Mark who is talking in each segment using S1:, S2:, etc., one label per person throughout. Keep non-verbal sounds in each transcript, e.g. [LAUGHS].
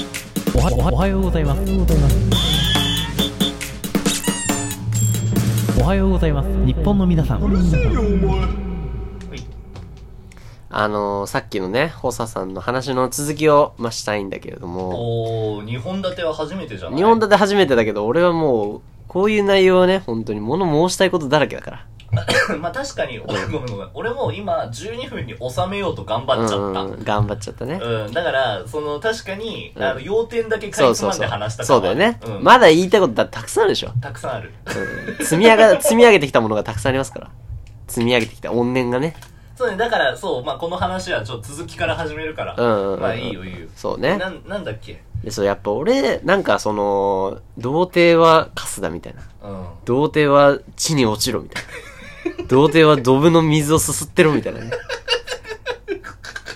S1: はおはようございます。おはようございます。日本の皆さん。
S2: あのーさっきのね、ホサさんの話の続きを、まあ、したいんだけれども、
S3: おー、日本立ては初めてじゃない
S2: 日本立て初めてだけど、俺はもう、こういう内容はね、本当に物申したいことだらけだから。
S3: て [LAUGHS] まあ確かに、ごめんごめんごめん。俺も今、12分に収めようと頑張っちゃった。
S2: うん、頑張っちゃったね。
S3: うん、だから、その、確かに、
S2: ん
S3: あの、要点だけか
S2: そ
S3: いうつ
S2: そう
S3: まん
S2: そ
S3: で
S2: う
S3: 話した。
S2: そうだよね。
S3: うん、
S2: まだ言いたいことだたくさんあるでしょ。
S3: たくさんある。 [LAUGHS]
S2: うん積み上が、積み上げてきたものがたくさんありますから。積み上げてきた怨念がね。
S3: そうね、だから、そう、まあこの話はちょっと続きから始めるから。
S2: うんうんうんうん
S3: まあいいよいいよ。
S2: そうね
S3: な、なんだっけ
S2: で、そう、やっぱ俺、なんかその、童貞はカスだみたいな。
S3: うん。
S2: 童貞は地に落ちろみたいな。童貞はドブの水をすすってろみたいなね。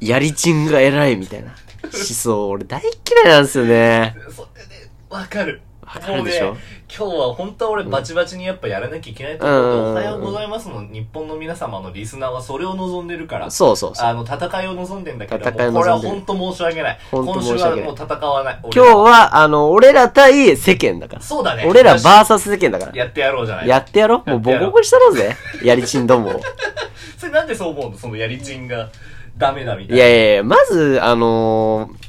S2: やりちんが偉いみたいな。思想、俺大嫌いなんですよね。
S3: それで、わかる。
S2: わかるでしょ
S3: もうね、今日は本当は俺バチバチにやっぱやらなきゃいけないと思うけど、
S2: うん
S3: おはようございますの日本の皆様のリスナーはそれを望んでるから。
S2: そうそうそう。
S3: あの、戦いを望んでんだけど、もう
S2: 戦いを望んでる
S3: これは本当申し訳ない。
S2: 本当
S3: 今週
S2: 申し
S3: は
S2: 訳ない
S3: もう戦わない。俺
S2: 今日は、あの、俺ら対世間だから。
S3: そうだね。
S2: 俺ら
S3: よ
S2: バーサス世間だから
S3: し。やってやろうじゃない。
S2: やってやろもうボコボコにしたろうぜ。やりちんどもを。
S3: それなんでそう思うのそのやりちんがダメだみた
S2: い
S3: いな。
S2: やいやいや、まず、あのー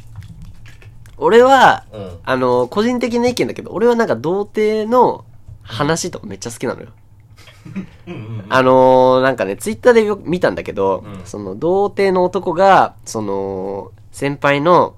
S2: 俺は、
S3: うん。
S2: あのー個人的な意見だけど、俺はなんか童貞の話とかめっちゃ好きなのよ。
S3: うんうんうん。
S2: あのーなんかね、ツイッターでよく見たんだけど、
S3: うん
S2: その、童貞の男が、その、先輩の、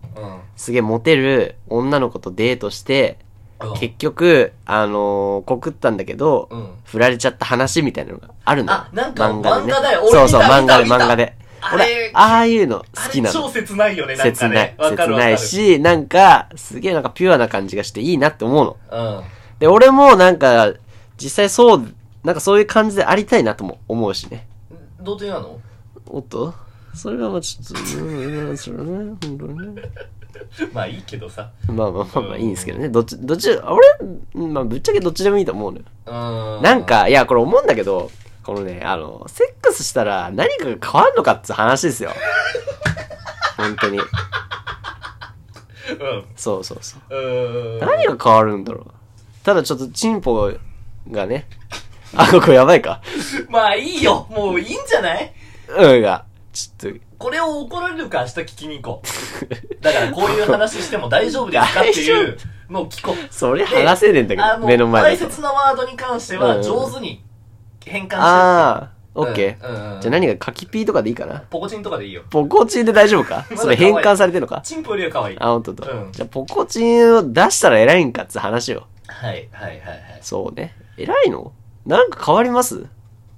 S2: すげえモテる女の子とデートして、
S3: うん。
S2: 結局、あのー告ったんだけど、
S3: うん。
S2: 振られちゃった話みたいなのがあるのよ
S3: あなんか
S2: で
S3: 漫画だよ俺
S2: そうそう、
S3: 見た
S2: 漫画で、
S3: 見た
S2: 漫画で。
S3: あ
S2: 俺
S3: れ、
S2: ああいうの好きな
S3: あれ
S2: の。
S3: 超切ないよね、なん
S2: 切
S3: か
S2: ない
S3: ね。。わか
S2: 切
S3: るわ
S2: な
S3: かる。
S2: いし、なんか、すげえなんかピュアな感じがしていいなって思うの。
S3: うん。
S2: で、俺もなんか、実際そう、なんかそういう感じでありたいなとも思うしね。
S3: 童貞なの
S2: おっとそれはまあちょっと、うんうんそれはね、本当にね。
S3: まあいいけどさ。
S2: まあまあまあまあいいんですけどね。どっち、どっち、俺、まあぶっちゃけどっちでもいいと思うのよ。
S3: うーん。
S2: なん、か、いや、これ思うんだけど、このね、あの、セックスしたら何かが変わんのかって話です [LAUGHS] よ。本当に。
S3: うん。
S2: そうそうそう。
S3: うーん。
S2: 何が変わるんだろう。ただちょっとチンポがね、あ、ここやばいか。
S3: まあいいよ。もういいんじゃない
S2: うんが、ちょっと、
S3: これを怒られるか明日聞きに行こう。だからこういう話しても大丈夫ですかっていうのを聞こう。
S2: それ話せねえんだけ
S3: あ
S2: ど、目の前
S3: 大
S2: だと
S3: 切なワードに関して
S2: う
S3: は
S2: ん
S3: 上手に変換して。
S2: ああ、オッケ
S3: うんうんう
S2: ー。
S3: ん
S2: じゃあ何が、カキピーとかでいいかな
S3: ポコチンとかでいいよ。
S2: ポコチンで大丈夫か
S3: まだ
S2: それ変換されてるのか
S3: チンポよりは可愛い。
S2: あ、ほんとと
S3: うん。
S2: じゃあ、ポコチンを出したら偉いんかって話よ。
S3: はい、はい、はい、はい。
S2: そうね。偉いのなんか変わります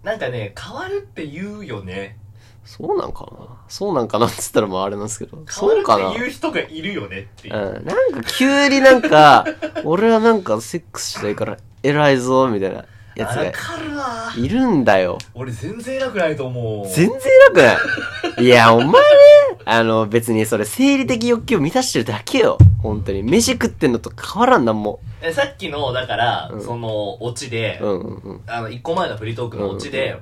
S3: なんかね、変わるって言うよね。
S2: そうなんかなそうなんかなって言ったらもうあれなんですけど。
S3: 変わ
S2: そうかな
S3: るって言う人がいるよねっていう。
S2: うん。なんか急になんか、 [LAUGHS] 俺はなんかセックスしたいから偉いぞ、みたいなやつ
S3: あわ
S2: が
S3: かるわ。
S2: いるんだよ。
S3: 俺全然偉くないと思う。
S2: 全然偉くない。いや、お前ね、あの、別にそれ生理的欲求を満たしてるだけよ。本当に。飯食ってんのと変わらんなんも。
S3: えさっきの、だから、
S2: うん
S3: その、オチで、
S2: うんうんうん。
S3: あの、一個前のフリートークのオチで、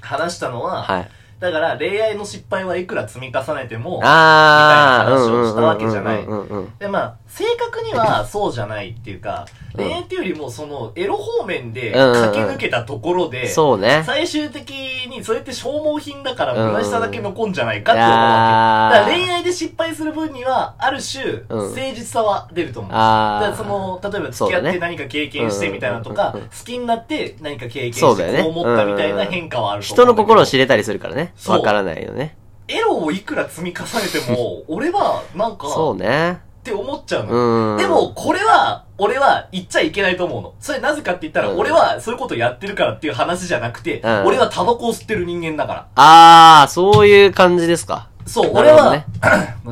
S3: 話したのは、
S2: はい。
S3: だから、恋愛の失敗はいくら積み重ねても、
S2: ああ、
S3: みたいな話をしたわけじゃない
S2: うんうんうんうん
S3: で、まあ、正確にはそうじゃないっていうか、
S2: うん
S3: 恋愛っていうよりも、その、エロ方面で
S2: うんうんうん
S3: 駆け抜けたところで、
S2: そうね。
S3: 最終的に、それって消耗品だから、
S2: うん
S3: 虚しさだけ残んじゃないかって思う
S2: あ
S3: わ
S2: ー
S3: け。だから恋愛で失敗する分には、ある種、
S2: うん
S3: 誠実さは出ると思う。だから
S2: あ
S3: そ
S2: あ。
S3: の、例えば
S2: そ
S3: 付
S2: うだ
S3: き合
S2: ね
S3: って何か経験してみたいなと
S2: うん
S3: か、
S2: うんうんうん
S3: 好きになって何か経験
S2: そう
S3: し
S2: だよ
S3: て
S2: ね
S3: こう思ったみたいな
S2: うん
S3: 変化はあると思
S2: 人
S3: うんだ
S2: の
S3: けど
S2: 心を知れたりするからね。
S3: そう
S2: わからないよね。
S3: エロをいくら積み重ねても、俺はなんか、
S2: そう
S3: っ
S2: ね。
S3: て思っちゃうの。
S2: うん。
S3: でも、、これは、俺は言っちゃいけないと思うの。それなぜかって言ったら、
S2: うん
S3: 俺はそういうことやってるからっていう話じゃなくて、
S2: うん
S3: 俺はタバコを吸ってる人間だから。
S2: ああ、そういう感じですか。
S3: そう、
S2: な
S3: 俺
S2: るほど
S3: は、 [COUGHS]
S2: ね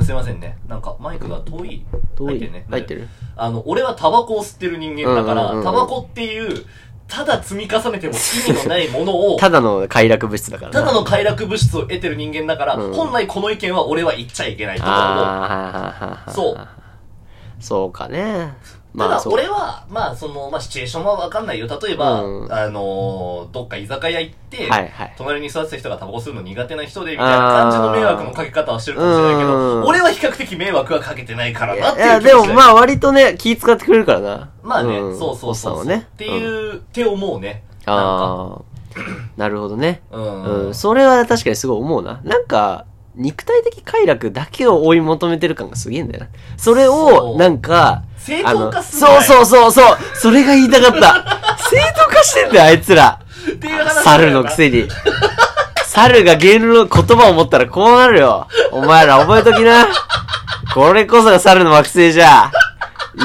S3: すいませんね。なんか、マイクが遠い。
S2: 遠
S3: 入って
S2: い
S3: るね。
S2: 入ってる
S3: あの、俺はタバコを吸ってる人間だから、
S2: うんうんうん
S3: タバコっていう、ただ積み重ねても意味のないものを、
S2: [LAUGHS] ただの快楽物質だからな。
S3: ただの快楽物質を得てる人間だから、
S2: うん
S3: 本来この意見は俺は言っちゃいけないと思う。
S2: ああ、はいはいはいはい。。
S3: そう
S2: そうかね。
S3: ただ、
S2: そう
S3: 俺は、まあ、その、まあ、シチュエーションはわかんないよ。例えば、
S2: うん
S3: あのーどっか居酒屋行って、
S2: はいはい
S3: 隣に座ってた人がタバコ吸うの苦手な人で、みたいな感じの迷惑のかけ方はしてるかもしれないけ
S2: うん
S3: ど、俺は比較的迷惑はかけてないから
S2: い
S3: な
S2: や
S3: って
S2: い
S3: いう
S2: や
S3: 気
S2: で
S3: 持
S2: も
S3: ちだよ
S2: まあ割とね、気使ってくれるからな。
S3: まあね、
S2: ん
S3: そうそうそう
S2: おっさ
S3: そうん
S2: はね。
S3: っていう、って思うね。
S2: うん。
S3: なんか
S2: ああ。なるほどね。
S3: うん。
S2: うん。それは確かにすごい思うな。なんか、肉体的快楽だけを追い求めてる感がすげえんだよな。それ
S3: そ
S2: を、
S3: う
S2: なんか、
S3: 正
S2: あ
S3: 当
S2: の
S3: 化する
S2: そうそうそうそうそれが言いたかった正当化してんだよ、あいつら
S3: う。っていう話だよな
S2: 猿のくせに。猿が言論、言葉を持ったらこうなるよ。お前ら覚えときな。これこそが猿の惑星じゃ。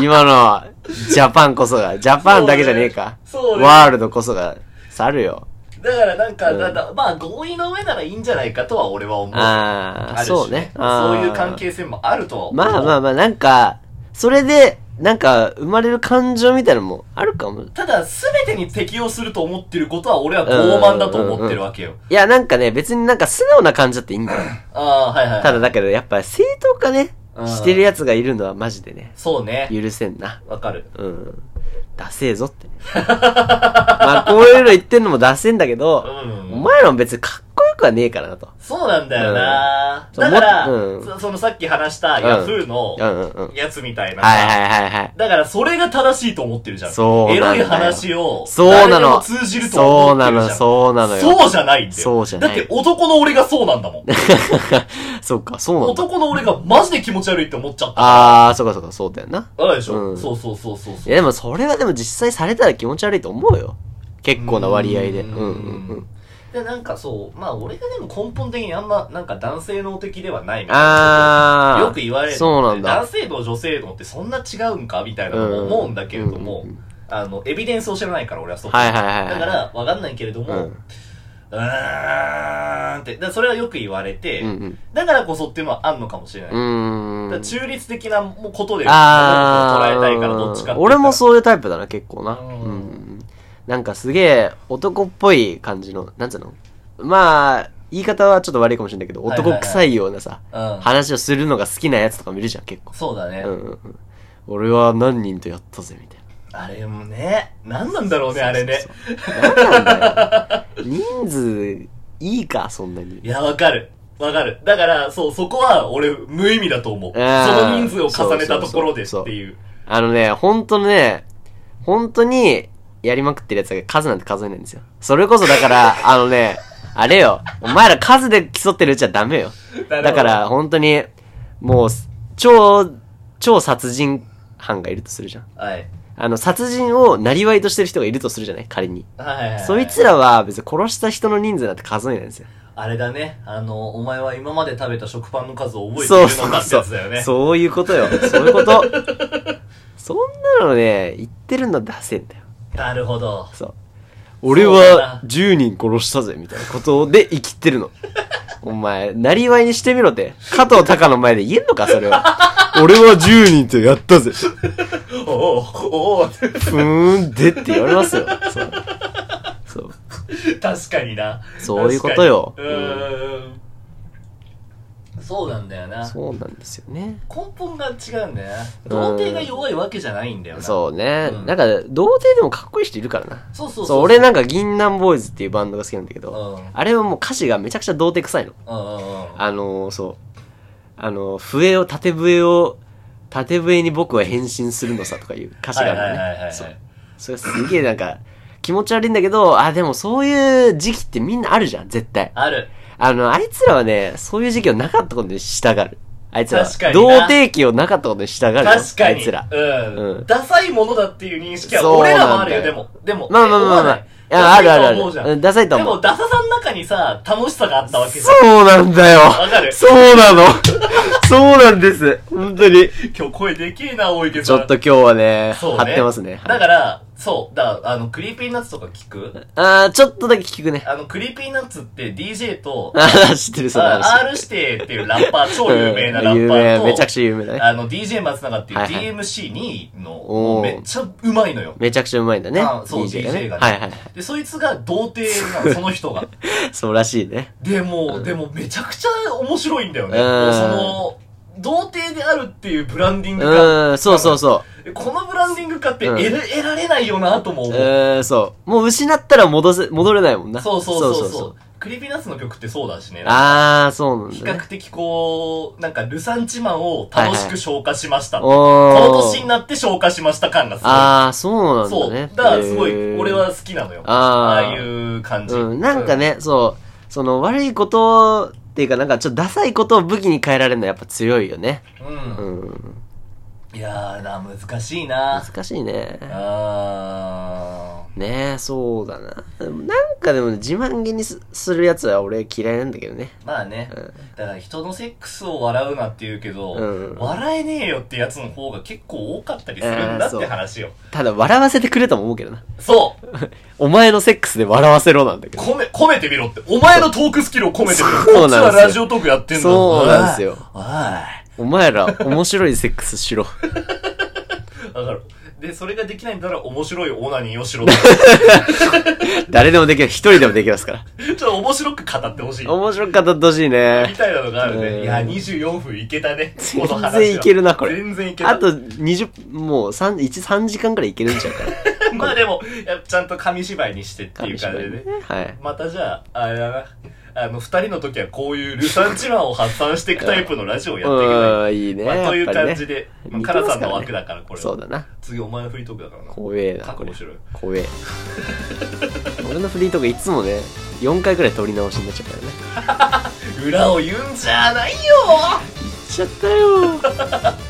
S2: 今の、ジャパンこそが。ジャパンだけじゃねえか。
S3: そうね
S2: ワールドこそが、猿よ。
S3: だからなんか、
S2: うん
S3: だだまあ合意の上ならいいんじゃないかとは俺は思う。
S2: あ
S3: あ
S2: あ、
S3: る種
S2: そうね。あ
S3: そう
S2: ー
S3: いう関係性もあるとは思う。
S2: まあまあまあ、なんか、それで、なんか、生まれる感情みたいなのもあるかも。
S3: ただ、すべてに適用すると思ってることは俺は傲慢だと思ってるわけよ。
S2: いや、なんかね、別になんか素直な感じだっていいんだよ。
S3: ああ、はいはい。
S2: ただだけど、やっぱ正当化ね、
S3: うん
S2: してる奴がいるのはマジでね、
S3: そうね。
S2: 許せんな。
S3: わかる。
S2: うん。ダセえぞって。 [LAUGHS] まあ、こういうの言ってんのもダセえんだけ
S3: う
S2: ど、お
S3: ん。
S2: 前らも別にかっこよくはねえからなと。
S3: そうなんだよな、
S2: うん
S3: だから、
S2: うん
S3: そそのさっき話した
S2: ん
S3: ヤフーの
S2: うんうんうん。はい
S3: やつみたいなさ、
S2: はいはいはい。
S3: だからそれが正しいと思ってるじゃん。
S2: そうなんだよ
S3: エロい話を、
S2: そうな
S3: 誰で
S2: の。
S3: も通じると思ってるじゃん。
S2: そうなの、そうなのよ。
S3: そうじゃないんだよ。
S2: そうじゃない
S3: だって男の俺がそうなんだもん。
S2: [LAUGHS] そうか、そうなんだ。
S3: 男の俺がマジで気持ち悪いって思っちゃった。
S2: あー、そうかそうか、そうだよな。
S3: わかるでしょ、
S2: うん
S3: そうそうそうそう
S2: い
S3: そう。
S2: や、でもそれはでも実際されたら気持ち悪いと思うよ。結構な割合で。うんうんうん。
S3: で、なんかそう、まあ俺がでも根本的にあんま、なんか男性能的ではないみたいな。
S2: あー。
S3: よく言われる。
S2: そうなん
S3: 男
S2: だ。
S3: 性能、女性能ってそんな違うんかみたいなのも思うんだけれども、
S2: うんうん
S3: あの、エビデンスを知らないから俺はそう。
S2: はいはいはいはい
S3: だから、わかんないけれど
S2: う
S3: も、うんーんって、だからそれはよく言われて、
S2: うん
S3: だからこそっていうのはあんのかもしれない。
S2: うん。う
S3: だ
S2: ー
S3: から
S2: ん。
S3: 中立的なもことで、
S2: あ
S3: 捉
S2: ー。
S3: えたいからどっちかって言ったら
S2: 俺もそういうタイプだな、結構な。
S3: う
S2: うんん。なんかすげえ男っぽい感じの、なんつうのまあ、言い方はちょっと悪いかもしれないけど、
S3: はいはいはい
S2: 男臭いようなさ、
S3: うん
S2: 話をするのが好きなやつとか見るじゃん、結構。
S3: そうだね。
S2: うんうんうん。俺は何人とやったぜ、みたいな。
S3: あれもね、何なんだろうね、あれね。
S2: なんだ
S3: [LAUGHS]
S2: よ。人数、いいか、そんなに
S3: い。や、わかる。わかる。だから、そう、そこは俺、無意味だと思う。そ
S2: あー
S3: の人数を重ねたところでって
S2: そうそうそう
S3: いう。
S2: あのね、ほんとね、ほんとに、やりまくってるやつが数なんて数えないんですよ。それこそだ
S3: [LAUGHS]
S2: から、あのね、あれよ、お前ら数で競ってるうちはダメよ。
S3: なるほど
S2: だから、ほんとに、もう、超、超殺人犯がいるとするじゃん。
S3: はい。
S2: あの、殺人をなりわいとしてる人がいるとするじゃない仮に。
S3: はいはいはい。
S2: そいつらは別に殺した人の人数なんて数えないんですよ。
S3: あれだね。あの、お前は今まで食べた食パンの数を覚え
S2: そう
S3: ている
S2: そ
S3: のか
S2: う
S3: って
S2: そ
S3: や
S2: う
S3: つだよね。。
S2: そういうことよ。そういうこと。そんなのね、言ってるの出せんだよ。
S3: [LAUGHS] なるほど。
S2: そう。俺
S3: そうだ
S2: は
S3: な
S2: 10人殺したぜ、みたいなことで生きて
S3: [LAUGHS]
S2: るの。お前、なりわいにしてみろって。加藤隆の前で言えんのか、それ
S3: [LAUGHS]
S2: は。俺は10人とやったぜ。
S3: おおおお確 [LAUGHS]
S2: ふーんでって言われますよ。そう。そう。
S3: かにな。
S2: そういうことよ
S3: 確かにうーん。そうなんだよな。根
S2: そうなんですよね。
S3: 本が違うんだよな。童貞が弱いわけじゃないんだよな。
S2: そうね。
S3: うん
S2: なんか、童貞でもかっこいい人いるからな。
S3: そうそ
S2: そうう、俺なんか、銀杏ボーイズっていうバンドが好きなんだけど、
S3: うん
S2: あれはもう歌詞がめちゃくちゃ童貞臭いの。
S3: うんうんうん。
S2: あのー、そう。あのー、笛を、縦笛を、縦笛に僕は変身するのさとかいう歌詞がある
S3: はいはいはい
S2: の
S3: はいは
S2: ね。
S3: い
S2: そう。それすげえなんか、気持ち悪いんだけど、あ、でもそういう時期ってみんなあるじゃん、絶対。
S3: ある。
S2: あの、あいつらはね、そういう時期をなかったことに従う。あいつらは
S3: 確か、にな
S2: 童貞期をなかったことに従うよ。
S3: 確か
S2: あ
S3: に。
S2: いつら。
S3: う。
S2: うんん
S3: ダサいものだっていう認識は、
S2: そう
S3: 俺らもあるよ、
S2: なんだ
S3: で
S2: よ
S3: も。でも。
S2: まあまあまあまあ
S3: 思わ
S2: いや
S3: ない
S2: あるあるある
S3: ダサいと思うじゃん
S2: うんダサいと思う
S3: でも、ダサさの中にさ、楽しさがあったわけじゃ
S2: そうなんだよ。
S3: わかる
S2: そうな
S3: [LAUGHS]
S2: の。そうなんです。本当に。
S3: ん。今日声でけえな、大池
S2: ち
S3: さ
S2: ょ
S3: ん。
S2: っと、今日はね、
S3: そうね。
S2: 張ってますね。はい
S3: だから、そう。だから、あの、クリーピーナッツとか聞く
S2: あー、ちょっとだけ聞くね。
S3: あの、クリーピーナッツって DJ と、
S2: あー、 [LAUGHS] 知ってる、その話。
S3: あ R 指定っていうラッパー、超有名なラッパ
S2: 有
S3: ー
S2: 名
S3: と、
S2: めちゃくちゃ有名だね
S3: あの、DJ 松永っていう
S2: はいはい
S3: DMC2 の、
S2: おー
S3: もうめっちゃうまいのよ。
S2: めちゃくちゃうまいんだね。
S3: あそう、
S2: DJ
S3: DJ
S2: が
S3: が
S2: ね。
S3: ね。
S2: はいはいはい。
S3: で、そいつが童貞なの、その人
S2: [LAUGHS]
S3: が。
S2: そうらしいね。
S3: でも、でもめちゃくちゃ面白いんだよね。
S2: うん
S3: その、童貞であるっていうブランディングが。
S2: うん、そうそうそう。
S3: このブラランディングかって
S2: うん
S3: 得る得られないよなとも思う。
S2: えー、そう。もう失ったら戻せ、戻れないもんな。
S3: そうそうそうそうクリーピーナッツの曲ってそうだしね。
S2: あー、そうなん
S3: 比
S2: だ、ね。
S3: 較的こう、なんかルサンチマンを楽しく消化しました。こ
S2: おー。
S3: の年になって消化しました感がすごい。
S2: あー、そうなん
S3: そう。
S2: だね。
S3: だからすご
S2: へ
S3: い、
S2: ー
S3: 俺は好きなのよ。あ
S2: あー
S3: あいう感じ。
S2: うん、なんかね、そう、その悪いことっていうか、なんかちょっとダサいことを武器に変えられるのはやっぱ強いよね。
S3: うん。
S2: う
S3: うん。
S2: ん、
S3: いやーな、難しいな。
S2: 難しいね。
S3: あ
S2: ねえ、そうだな。でもなんかでも、ね、自慢げにすするやつは俺嫌いなんだけどね。
S3: ーまあね、
S2: うん
S3: だから人のセックスを笑うなって言うけど、
S2: うん
S3: 笑えねえよってやつの方が結構多かったりするんだ
S2: え
S3: っ
S2: ーそ
S3: て
S2: う
S3: 話よ。
S2: ただ、笑わせてくれとも思うけどな。
S3: そう
S2: お前のセックスで笑わせろなんだけど。
S3: 込め、込めてみろって。お前のトークスキルを込めてみろ。
S2: [LAUGHS] そう
S3: こっち
S2: そうなん
S3: は
S2: ですよ
S3: ラジオトークやってんだ
S2: そうなんですよ
S3: おい。
S2: お前ら、面白いセックスしろ。
S3: おいわかる。で、それができないんだったら面白いオナニーをしろと。
S2: [LAUGHS] 誰でもできる。一人でもできますから。
S3: ちょっと面白く語ってほしい。
S2: 面白かったってほしい
S3: み
S2: ね。
S3: たいなのがある
S2: う
S3: ね。
S2: ん
S3: いや、24分いけたね。こ
S2: 全
S3: の話は
S2: 然いけるな、これ。
S3: 全然いけた。
S2: あと、20、もう3、1、3時間くらいいけるんちゃうから。
S3: [LAUGHS] まあでも、やっぱちゃんと紙芝居にしてってい
S2: 紙
S3: う感
S2: 芝
S3: じで
S2: 居
S3: ね。
S2: ね。はい。
S3: またじゃあ、あれだな。あの、二人の時はこういうルサンチマンを発散していくタイプのラジオをやっていけばいい。
S2: うん、いいね。
S3: まあ、という
S2: やっぱりね
S3: 感じで、まあ、
S2: 似てま
S3: カ
S2: すから
S3: ラ
S2: ね
S3: さんの枠だから、これは
S2: そうだな。
S3: 次お前のフリートークだからな。
S2: 怖えな、こ
S3: 覚
S2: れ
S3: 悟。しろよ。
S2: 怖え。 [LAUGHS] 俺のフリートークいつもね、4回くらい撮り直しになっちゃうからね。
S3: 裏を言うんじゃないよ
S2: 行っちゃったよ。